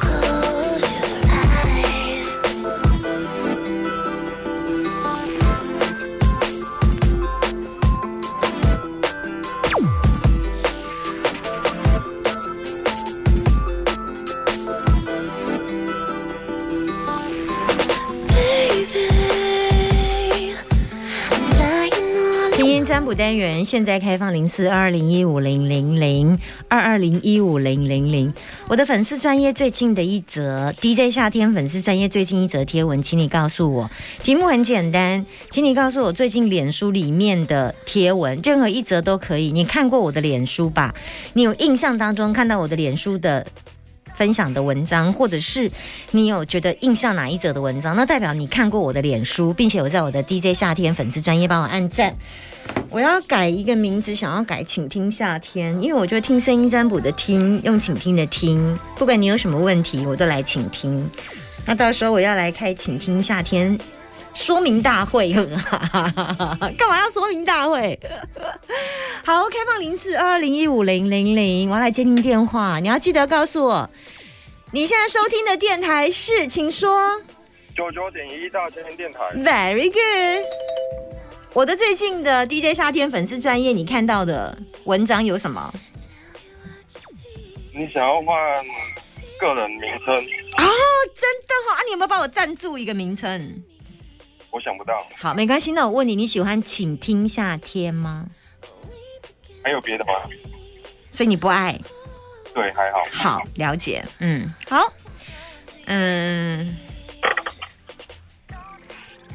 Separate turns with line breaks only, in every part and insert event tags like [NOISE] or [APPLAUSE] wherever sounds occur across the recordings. Close your eyes.
听音占卜单元现在开放零四二二零一五零零零二二零一五零零零。我的粉丝专业最近的一则 DJ 夏天粉丝专业最近一则贴文，请你告诉我，题目很简单，请你告诉我最近脸书里面的贴文，任何一则都可以。你看过我的脸书吧？你有印象当中看到我的脸书的分享的文章，或者是你有觉得印象哪一则的文章，那代表你看过我的脸书，并且有在我的 DJ 夏天粉丝专业帮我按赞。我要改一个名字，想要改“请听夏天”，因为我觉得听声音占卜的“听”用“请听”的“听”，不管你有什么问题，我都来请听。那到时候我要来开“请听夏天”说明大会， [LAUGHS] 干嘛要说明大会？好，开放零四二二零一五零零零，我要来接听电话，你要记得告诉我你现在收听的电台是，请说。
九九点一大千电台，
Very good。我的最近的 DJ 夏天粉丝专业，你看到的文章有什么？
你想要换个人名称，
哦，真的哦，啊，你有没有帮我赞助一个名称？
我想不到，
好，没关系。那我问你，你喜欢请听夏天吗？
还有别的吗？
所以你不爱？
对，还好。
好，了解。嗯，好，嗯，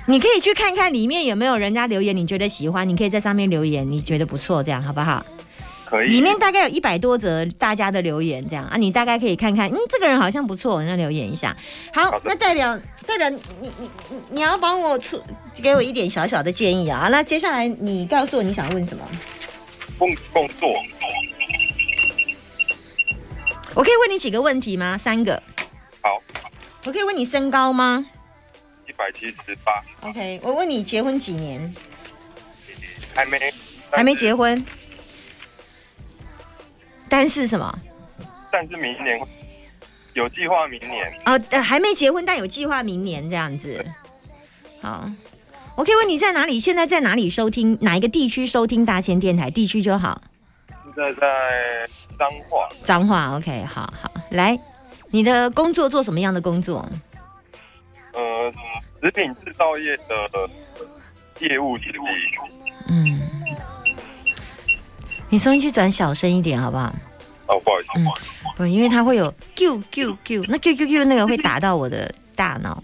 你可以去看看里面有没有人家留言，你觉得喜欢，你可以在上面留言，你觉得不错，这样好不好？
可以。
里面大概有一百多则大家的留言，这样啊，你大概可以看看，嗯，这个人好像不错，那留言一下。好，
好的
那代表代表你你你你你要帮我出给我一点小小的建议啊。那接下来你告诉我你想问什么？
工工作，
我可以问你几个问题吗？三个。
好，
我可以问你身高吗
一百七十八，
？OK，我问你结婚几年？
还没
还没结，婚。单是什么？
但是但是明年有计划，明年
哦、呃，还没结婚，但有计划明年这样子。好，我可以问你在哪里？现在在哪里收听？哪一个地区收听大千电台？地区就好。
现在在彰化，
脏话，OK，好好。来，你的工作做什么样的工作？
呃，食品制造业的业务经理。
嗯，你收音机转小声一点，好不好？
哦，不好意思，
嗯不，因为它会有 Q Q Q，那 Q Q Q 那个会打到我的大脑，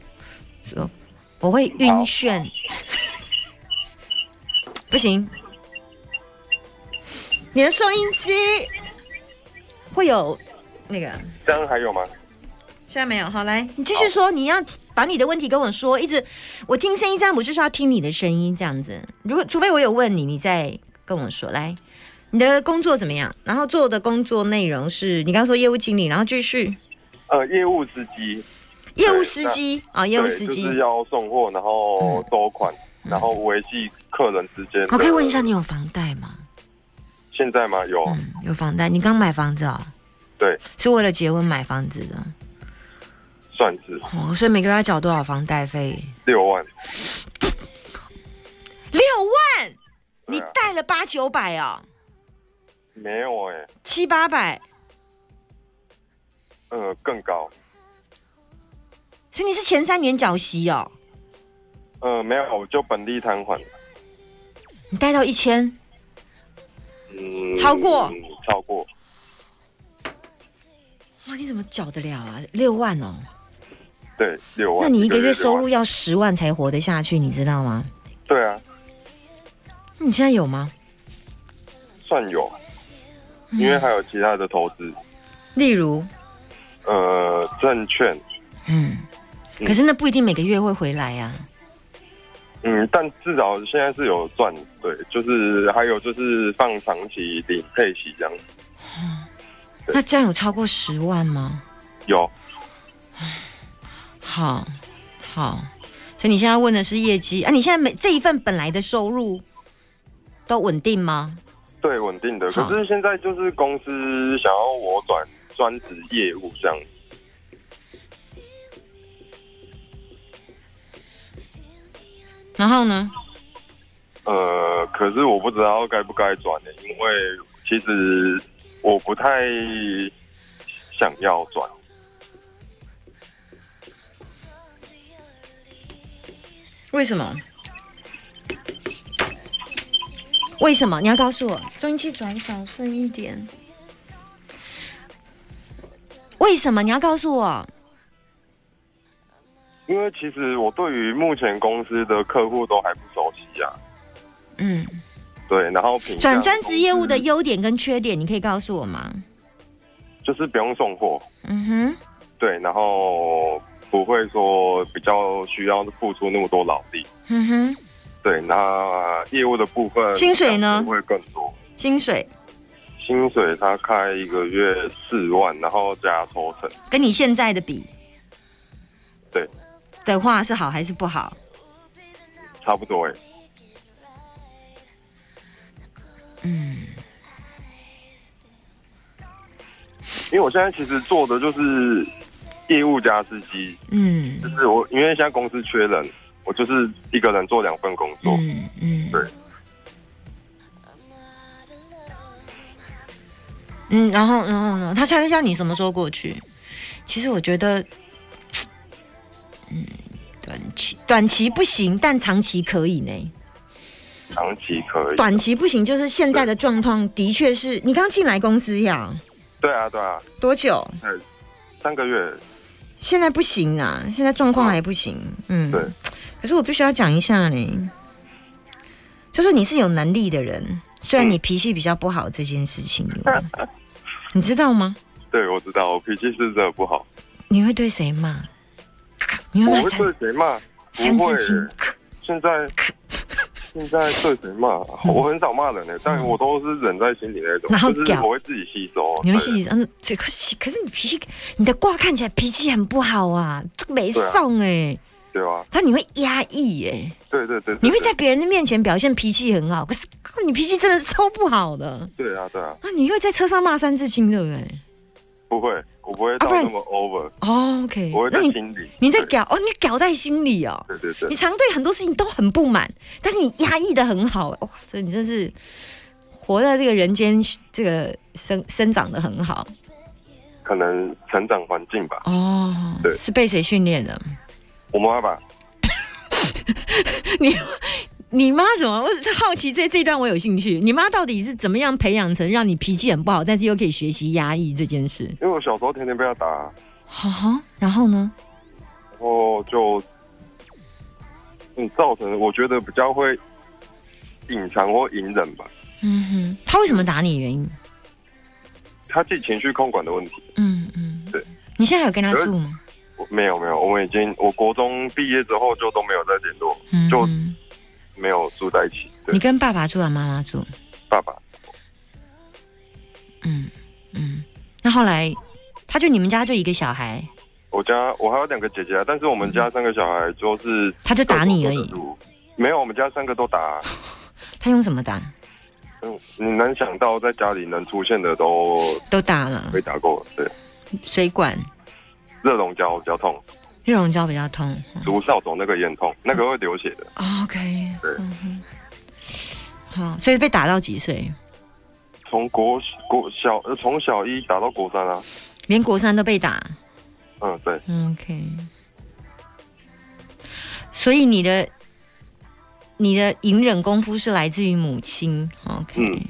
所以 [LAUGHS] 我会晕眩。不行，你的收音机会有那个，
这样还有吗？
现在没有。好，来，你继续说，你要把你的问题跟我说。一直我听声音占卜就是要听你的声音这样子。如果除非我有问你，你再跟我说。来，你的工作怎么样？然后做的工作内容是你刚刚说业务经理，然后继续。
呃，业务司机，
业务司机啊、哦，业务
对
司机
就。是要送货，然后收款，然后维系客人之间。
嗯哦我可以问一下，你有房贷吗？
现在吗？有，
嗯，有房贷。你刚买房子哦？
对，
是为了结婚买房子的
算是
哦，所以每个月要缴多少房贷费？
六万。
六万，
对
你
啊
贷了八九百哦，
没有哎、
七八百，
呃，更高。
所以你是前三年缴息哦，
呃，没有，我就本地摊还。
你贷到一千，
嗯，
超过
嗯超过。
哇，你怎么缴得了啊？六万哦，
对，六万。
那你一个月
6
收
万
入？要十万才活得下去，你知道吗？
对啊，
那你现在有吗？
算有，
嗯
因为还有其他的投资，
例如，
呃，证券，
嗯，可是那不一定每个月会回来呀、啊。
嗯，但至少现在是有赚，对，就是还有就是放长期领配息这样，对
那这样有超过十万吗？
有
好，好，所以你现在问的是业绩啊？你现在每这一份本来的收入都稳定吗？
对，稳定的。
好
可是现在就是公司想要我转专职业务这样，
然后呢？
呃，可是我不知道该不该转呢、因为其实我不太想要转。
为什么？为什么？你要告诉我，收音器转小声一点。为什么？你要告诉我。
因为其实我对于目前公司的客户都还不熟悉啊，
嗯，
对，然后评价嗯
转专职业务的
公司
优点跟缺点，你可以告诉我吗？
就是不用送货，
嗯哼，
对，然后不会说比较需要付出那么多劳力，
嗯哼，
对，那业务的部分
薪水呢
会更多，
薪水
薪水他开一个月四万，然后加抽成，
跟你现在的比
对，
的话是好还是不好？
差不多哎、嗯因为我现在其实做的就是业务加司机，
嗯
就是我因为现在公司缺人，我就是一个人做两份工作。
嗯嗯
哦对
嗯，然后然后呢？他猜一下你什么时候过去？其实我觉得，嗯，短期短期不行，但长期可以呢。
长期可以。
短期不行，就是现在的状况的确是你刚进来公司呀，
对啊，对啊，
多久？
三个月。
现在不行啊，现在状况还不行。嗯，
对。
可是我必须要讲一下呢，就是你是有能力的人，虽
嗯
然你脾气比较不好这件事情，
[LAUGHS]
你知道吗？
对，我知道，我脾气是真的不好。
你会对谁骂？你会
我
骂
会
三
对谁骂？
三
不会
字经
欸。
[LAUGHS]
现在现在对谁骂？我很少骂人呢，但我都是忍在心里那种
嗯然后，
就是
屌
我会自己吸收。啊
你会
对
细嗯，这可是可是你脾气，你的卦看起来脾气很不好啊，这个没
对啊
送哎、
对啊，
但你会压抑哎、
对对对，对
你会在别人的面前表现脾气很好，可是靠你脾气真的是超不好的。
对啊对啊，
啊，你会在车上骂三字经，对不对？
不会，我不会
啊
到
不然
那么 over，
哦，OK、
我
o
会
k 那
在
你
心里。
你在
对
搞哦，你搞在心里哦，
对对
你
对，
常对很多事情都很不满，但是你压抑的很好，哇，这你真是活在这个人间，这个生生长的很好
可能成长环境吧，
哦
对，
是被谁训练的？
我妈吧，
你你妈怎么？我好奇这这段我有兴趣，你妈到底是怎么样培养成让你脾气很不好，但是又可以学习压抑这件事？
因为我小时候天天被她打，然
哈哈，然后呢？
后就嗯造成我觉得比较会隐藏或隐忍吧，
嗯哼，她为什么打你？原因？
她自己情绪控管的问题。
嗯嗯，
对。
你现在有跟她住吗？
我没有没有，我们已经我国中毕业之后就都没有再联络，
嗯
就
哼
没有住在一起。
你
对，
跟爸爸住还是妈妈住？
爸爸
嗯嗯。那后来，他就你们家就一个小孩，
我家我还有两个姐姐啊，但是我们家三个小孩就是
嗯他就打你而
各走
已
各的。路。没有，我们家三个都打啊、
他用什么打？
嗯，你能想到在家里能出现的都
都打了
被打过。对，
水管、
热熔胶比较痛，
热熔胶比较痛。
毒扫帚那个也很痛，那个会流血的。
哦 OK，
对
嗯哼。好，所以被打到几岁？
从国国小呃从小一打到国三啊。
连国三都被打。
嗯，对，
嗯 OK。所以你的你的隐忍功夫是来自于母亲。OK。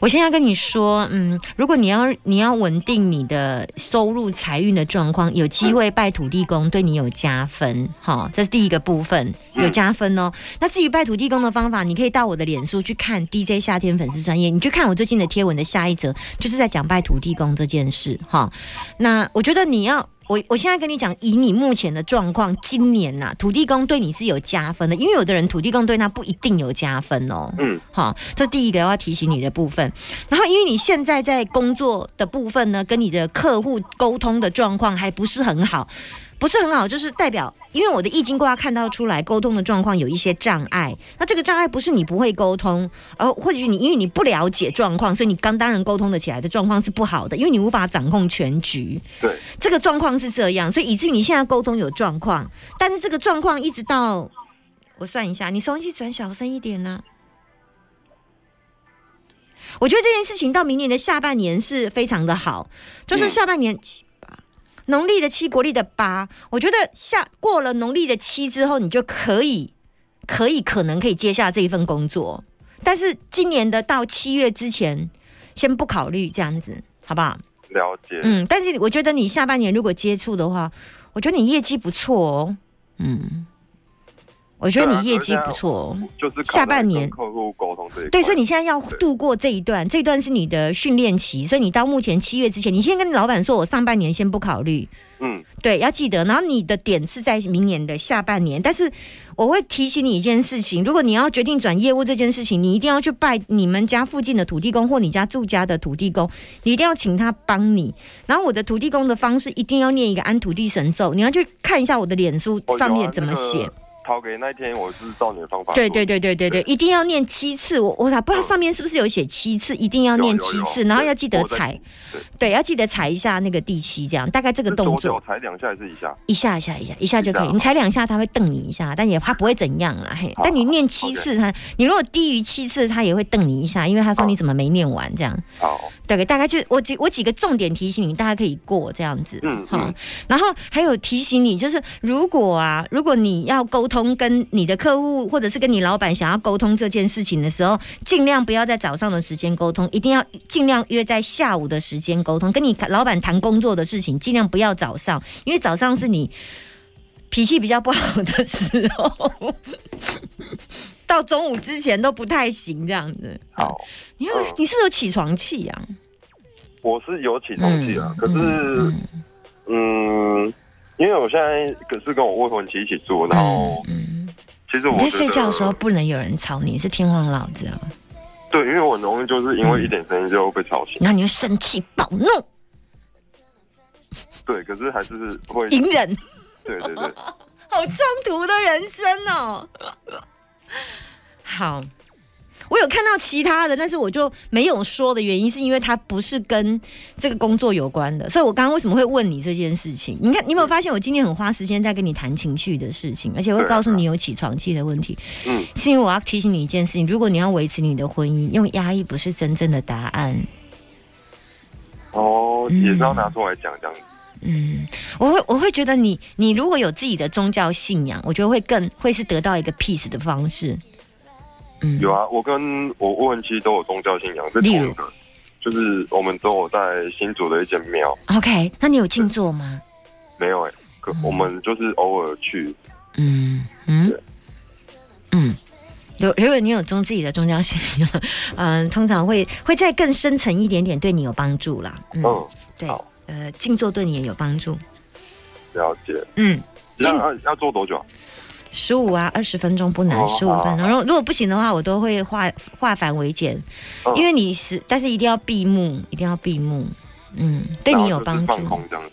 我现在要跟你说，嗯，如果你要你要稳定你的收入财运的状况，有机会拜土地公对你有加分，好，这是第一个部分有加分哦。那至于拜土地公的方法，你可以到我的脸书去看 DJ 夏天粉丝专业，你去看我最近的贴文的下一则，就是在讲拜土地公这件事哈。那我觉得你要我我现在跟你讲，以你目前的状况，今年呐、土地公对你是有加分的，因为有的人土地公对他不一定有加分哦。
嗯，
好，这第一个要提醒你的部分。然后，因为你现在在工作的部分呢，跟你的客户沟通的状况还不是很好，不是很好，就是代表，因为我的易经卦看到出来沟通的状况有一些障碍。那这个障碍不是你不会沟通，而或许你因为你不了解状况，所以你刚当然沟通的起来的状况是不好的，因为你无法掌控全局。
对，
这个状况是这样，所以以至于你现在沟通有状况，但是这个状况一直到我算一下，你收音机转小声一点呢、我觉得这件事情到明年的下半年是非常的好，就是下半年七八，农历的七，国历的八，我觉得下过了农历的七之后，你就可以，可以可能可以接下这一份工作，但是今年的到七月之前，先不考虑这样子，好不好？
了解。
嗯，但是我觉得你下半年如果接触的话，我觉得你业绩不错哦。嗯，我觉得你业绩不错哦。
就是卡在
下半年
跟客户沟通这一块。
对，所以你现在要
对
度过这一段，这一段是你的训练期，所以你到目前七月之前，你先跟老板说，我上半年先不考虑，
嗯，
对，要记得。然后你的点是在明年的下半年，但是我会提醒你一件事情：如果你要决定转业务这件事情，你一定要去拜你们家附近的土地公或你家住家的土地公，你一定要请他帮你。然后我的土地公的方式一定要念一个安土地神咒，你要去看一下我的脸书
哦
上面怎么？
有
写
啊那。个陶给那天我是照你的方法做。
对对对对对对，一定要念七次。我我不知道
嗯
上面是不是有写七次，一定要
有，
念
有
七
有
次，然后要记得
我在
踩，
对
对，要记得踩一下那个地七，这样大概这个
是
动
左
作
脚。踩两下还是一下？
一下一下一下一下就可
一
以，
下
你踩两下他会瞪你一下，但也他不会怎样啦。嘿，
好
但你念七次他，你如果低于七次他也会瞪你一下，因为他说
好
你怎么没念完这样。
好，
对，大概就我几我几个重点提醒你，大家可以过这样子，
嗯
哈
嗯
然后还有提醒你，就是如果啊，如果你要沟通跟你的客户或者是跟你老板想要沟通这件事情的时候，尽量不要在早上的时间沟通，一定要尽量约在下午的时间沟通。跟你老板谈工作的事情，尽量不要早上，因为早上是你脾气比较不好的时候。 [LAUGHS] 到中午之前都不太行，这样子。
好，
你有
嗯
你是不是有起床气呀、啊？
我是有起床气啊，可是
嗯
嗯，因为我现在可是跟我未婚妻一起住，然后
嗯嗯
其实我
你在
觉
睡
得
觉的时候不能有人吵你，是天皇老子哦。
对，因为我很容易就是因为一点声音就被吵醒。
然后你会生气、暴怒、
对，可是还是会，
隐忍，
对对对，
好冲突的人生哦。好，我有看到其他的，但是我就没有说的原因，是因为它不是跟这个工作有关的，所以我刚刚为什么会问你这件事情？你看，你有没有发现我今天很花时间在跟你谈情绪的事情，而且会
嗯对啊
告诉你有起床气的问题。
嗯，
是因为我要提醒你一件事情：如果你要维持你的婚姻，用压抑不是真正的答案。
哦，也是要拿出来讲讲。
嗯，我会我会觉得你你如果有自己的宗教信仰，我觉得会更会是得到一个 peace 的方式。嗯，
有啊，我跟我未婚妻都有宗教信仰，是
例
同
如
一个，就是我们都有在新竹的一间庙，
OK，那你有静坐吗？
没有哎、可我们就是偶尔去，
嗯嗯
对
嗯。如如果你有宗自己的宗教信仰，嗯，通常会会再更深层一点点，对你有帮助啦。嗯，
嗯，
对
好，
呃，静坐对你也有帮助。
了解。
嗯，
那要要做多久啊？
十五啊，二十分钟不难
哦，
十五分钟。
好
然后如果不行的话，我都会化化繁为简，
嗯
因为你是，但是一定要闭目，一定要闭目。嗯，对你有
然后就
帮
是放
助。
空这样子，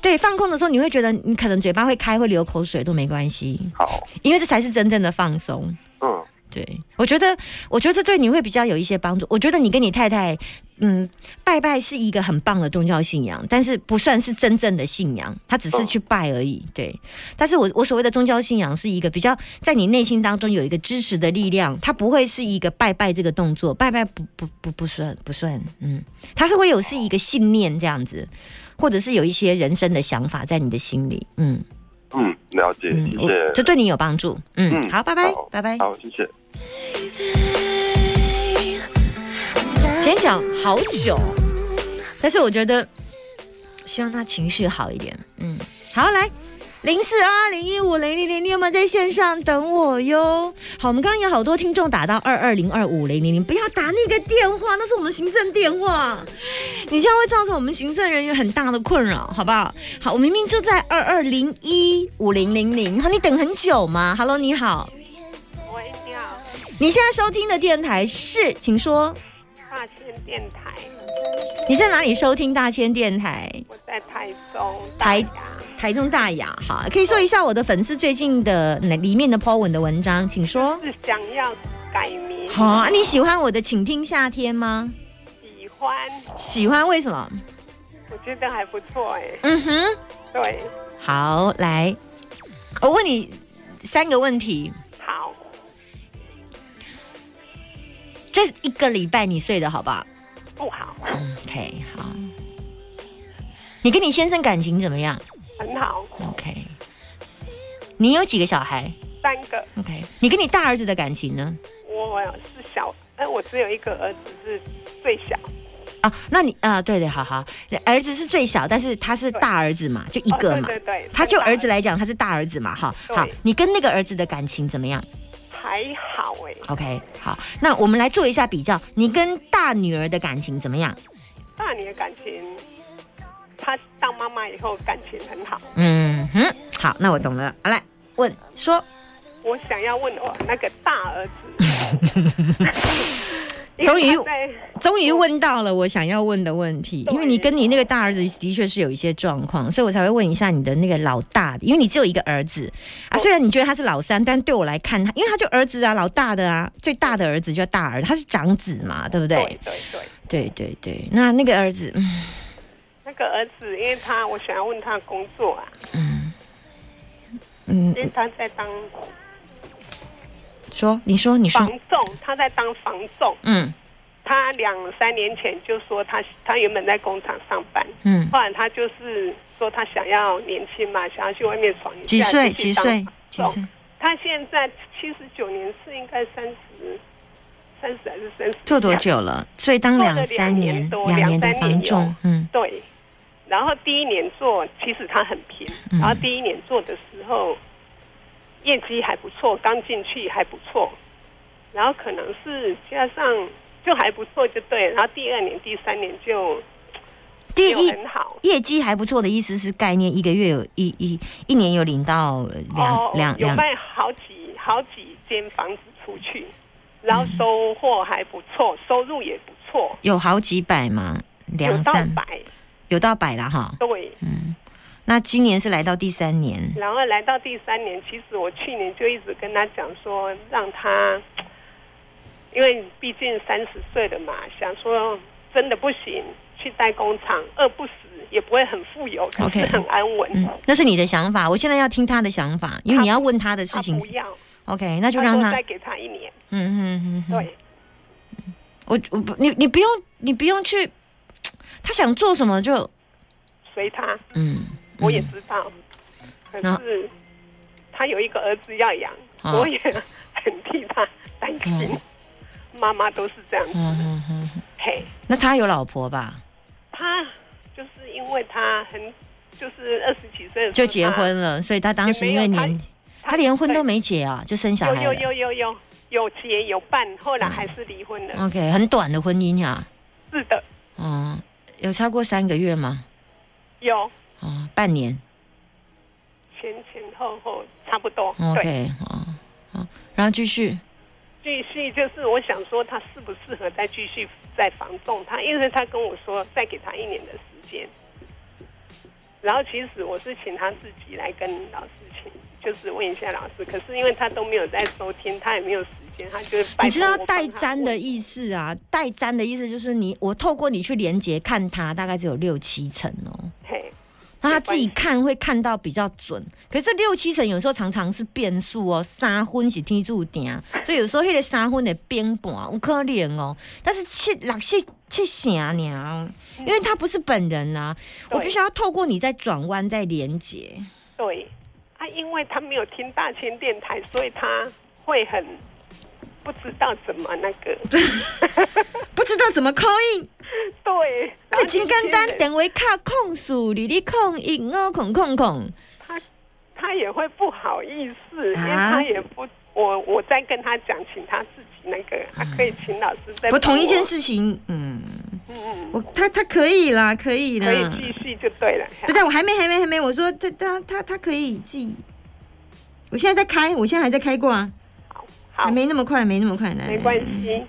对，放空的时候，你会觉得你可能嘴巴会开，会流口水都没关系，
好，
因为这才是真正的放松。
嗯，
对，我觉得，我觉得这对你会比较有一些帮助。我觉得你跟你太太，嗯，拜拜是一个很棒的宗教信仰，但是不算是真正的信仰，他只是
哦
去拜而已。对，但是我我所谓的宗教信仰是一个比较在你内心当中有一个支持的力量，它不会是一个拜拜这个动作，拜拜不不不不算不算，嗯，它是会有是一个信念这样子，或者是有一些人生的想法在你的心里，嗯
嗯，了解，
嗯，
谢
我
谢。
这对你有帮助，嗯，
嗯
好，拜拜
好，
拜拜。
好，谢谢。
今天讲好久，但是我觉得希望他情绪好一点。嗯，好，来，零四二二零一五零零零，你有没有在线上等我哟？好，我们刚刚有好多听众打到二二零二五零零零，不要打那个电话，那是我们行政电话，你这样会造成我们行政人员很大的困扰，好不好？好，我明明就在二二零一五零零零，好，你等很久吗？Hello，你好，
喂，你好，
你现在收听的电台是，请说，
大千电台，
你在哪里收听大千电台？
我在台中
台
大雅
台中大雅哈，可以说一下我的粉丝最近的那里面的 po 文的文章，请说。
是想要改名，
好、啊，你喜欢我的《请听夏天》吗？
喜欢，
喜欢，为什么？
我觉得还不错哎，
嗯哼，
对，
好，来，我问你三个问题，
好，
这一个礼拜你睡得好不好
不
[LAUGHS]
好，
？OK，好。你跟你先生感情怎么样
很好，
？OK。你有几个小孩
三个，
？OK。你跟你大儿子的感情呢？
我是小，哎，我只有一个儿子是最小，
啊，那你啊、对对，好好，儿子是最小，但是他是
对
大儿子嘛，就一
哦
个嘛。
对对对，
他就儿子
来
来讲，他是大儿子嘛，哈，
对
好，你跟那个儿子的感情怎么样
还好哎，
？OK，好，那我们来做一下比较，你跟大女儿的感情怎么样？
那你的感情，他当妈妈以后感情很好，
嗯哼，好，那我懂了，好来问说，
我想要问我那个大
[LAUGHS]
儿子，因为
终于
他在
终于问到了我想要问的问题，因为你跟你那个大儿子的确是有一些状况，所以我才会问一下你的那个老大，因为你只有一个儿子啊，
哦
虽然你觉得他是老三，但对我来看他，因为他就儿子啊，老大的啊，最大的儿子叫大儿子，他是长子嘛，对不对
对？对对。
对对对，那那个儿子，嗯
那个儿子，因为他我想要问他工作啊，
嗯
因，为他在当
说，你说，你说，
房仲，他在当房仲。
嗯
他两三年前就说他他原本在工厂上班，
嗯，
后来他就是说他想要年轻嘛，想要去外面闯一下。
几岁？
就去
几
当
岁？几
房仲
岁？
他现在七十九年是应该三十，三十还是三十？啊
做多？久了？所以当
做了
两三年
两年，多
两年的
两三
房
年
仲
有，
嗯
对。然后第一年做，其实他很拼。
嗯
然后第一年做的时候，业绩还不错，刚进去还不错。然后可能是加上就还不错就对了。然后第二年、第三年就
第
没有
一
很好。
业绩还不错的意思是概念，一个月有一一一年有领到呃
哦
两两
有
两，
卖好几好几间房子出去，然后收获还不错，收入也不错，
有好几百嘛，
有
两
到
三
百。
有到百了哈，
对，
嗯，那今年是来到第三年，
然后来到第三年，其实我去年就一直跟他讲说，让他，因为毕竟三十岁了嘛，想说真的不行，去代工厂，饿不死也不会很富有，可
OK
是很安稳。
嗯，那是你的想法，我现在要听他的想法，因为
他
你要问他的事
他
情
不要，
，OK，那就
他
让
说
他，
再给他一年。
嗯嗯嗯，嗯
对，
我我不你你不用你不用去，他想做什么就
随他，
嗯，
我也
嗯
知道，
那
可是他有一个儿子要养，
啊
我也很替他担心。妈妈都是这样子，
嗯嗯嗯嗯
嘿。
那他有老婆吧？
他就是因为他很就是二十几岁的时
就
候
结，婚了，所以他当时因为
啊也没有
年他连婚都没结啊，就生小
有
孩
有
了。
有有有有结有伴，后来还是离婚了。
[LAUGHS] OK，很短的婚姻啊，
是的，
嗯，有超过三个月吗？
有
哦，半年。
前前后后差不多。对，
OK，哦哦，然后继续。
继续就是我想说他适不适合再继续再防重他，因为他跟我说再给他一年的时间。然后其实我是请他自己来跟老师请，就是问一下老师。可是因为他都没有在收听，他也没有时间，他就是拜
你知道
托我
代
帮他
粘的
问
意思啊？代粘的意思就是你我透过你去连接看他，大概只有六七成哦。
嘿。
那他自己看会看到比较准，可是这六七成有时候常常是变数哦，三分是天注定，啊所以有时候那个三分的变盘有可怜哦。但是七六七七成呢，因为他不是本人呐、啊，
嗯对
我必须要透过你再转弯再连接。
对，啊，因为他没有听大千电台，所以他会很不知道怎么那个。
[LAUGHS] 不知道怎么扣印， [LAUGHS]
对，然后
那真
那
简单
些，人哎
电话卡控诉你你控一五控控控，
他他也会不好意思，因为
啊
他也不，我我在跟他讲，请他自己那个，啊、可以请老师
嗯
再
不同
帮
一
我
件，事情，嗯，
嗯嗯，
我他他可以啦，可以
可以
啦。
继续就对了。
不对，我还没还没还没，我说他他他他可以记，我现在在开，我现在还在开挂，
好
还，没那嗯么快，没那么快，来
没关。系。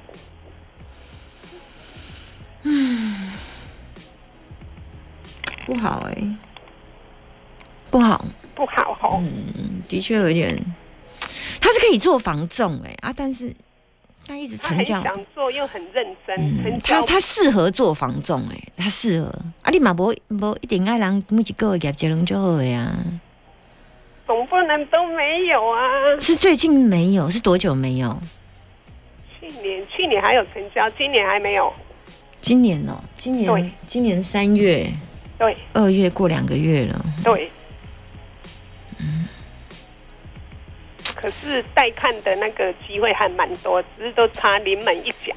不好哎、不好，
不好吼，
嗯的确有一点。他是可以做防重哎、啊，但是他一直
他
成
很
交，
想做又很认真，
嗯
很，
他
教
他适合做防重哎、他适合。啊，你嘛无无一定爱人每一个月业绩人就好呀、啊。
总不能都没有啊。
是最近没有，是多久没有？
去年去年还有成交，今年还没有。
今年哦、今
对
年今年三月、
对
二月过两个月了。
对。可是带看的那个机会还蛮多，只是都差临门一脚。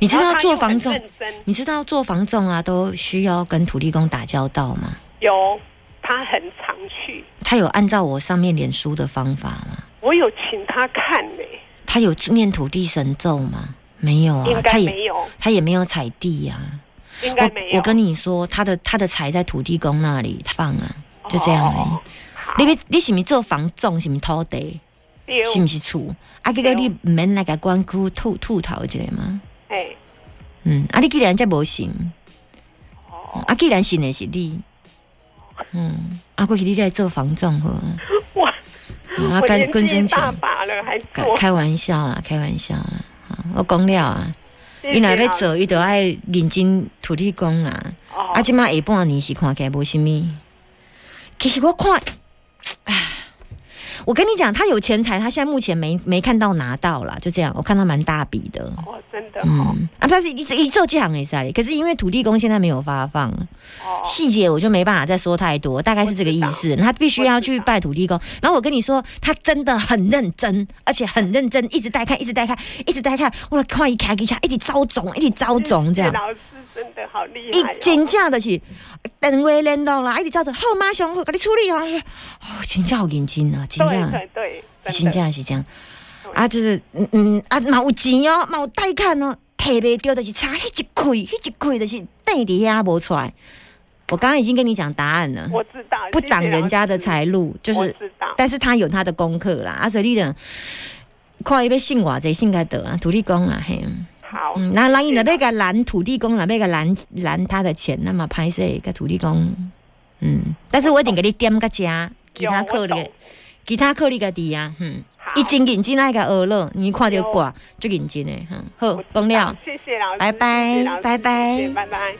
你知
然
道
后他
做
又很
防重，
认真
你知道做防重啊，都需要跟土地公打交道吗？
有，他很常去，
他有按照我上面脸书的方法吗？
我有请他看呢、
他有念土地神咒吗？没有啊
应，
他
该
也
没有，
他也没有踩地啊。
应该没
我
有。
我跟你说，他的他的财在土地公那里放啊，就这样而已。
哦好
你要你是不是做房仲，是不是土地，
丢
是不是厝？啊，结果你
对
不免来个关区吐吐槽一下吗？
哎，
嗯，啊，你既然这无信，
哦，
啊，既然信的是你，嗯，啊，过去你来做房仲好啊。
我
嗯啊，
我
跟跟
年
先
纪大
讲，
把了，还
开
做，
开玩笑啦，开玩笑啦。好我讲了啊，
谢谢
伊若要
老师
做，伊就爱认真土地公啦。
哦
啊，即摆下半年是看起来无啥物。其实我看，唉我跟你讲，他有钱财，他现在目前没没看到拿到啦，就这样。我看他蛮大笔的，
哦，真的哦，
嗯，啊，但是一直一做这行也是啊，可是因为土地公现在没有发放，
哦，
细节我就没办法再说太多，大概是这个意思。他必须要去拜土地公，然后我跟你说，他真的很认真，而且很认真，一直带看，一直带看，一直带看，我来看一看一下，一直招总，一直招总这样
谢谢。嗯老师真的好厉
一
害、哦，
真正就是等话联络啦，啊一直招总，好马上好，给你处理哦。哦，真正有认真啊，真
对
正。
对对，
真
真的
正是这样
对。
啊，就是嗯嗯啊，嘛有钱哦，嘛有贷款哦，摕袂到，就是差迄一块，迄一块就是等伫遐无出来。我刚刚已经跟你讲答案了，
我知道，
不挡人家的财路，就
谢谢老师，
是，
我知道，
但是他有他的功课啦。啊，所以你等，看伊要信偌济，信该得啊，土地公啦，嘿，
好，
嗯，那咱伊
谢
若
谢
要甲拦土地公，若要甲拦拦他的钱，那么拍摄甲土地公，嗯，但是我一定给你点个加，其他
有
靠
我
你
懂
的，其他靠你家己啊，嗯。
好
伊真认真爱甲学了，你看着
对
挂就认真诶，哈，
我
好
知，
讲
道
了。
谢谢老师，
拜拜
谢谢老师
拜拜
谢谢拜拜。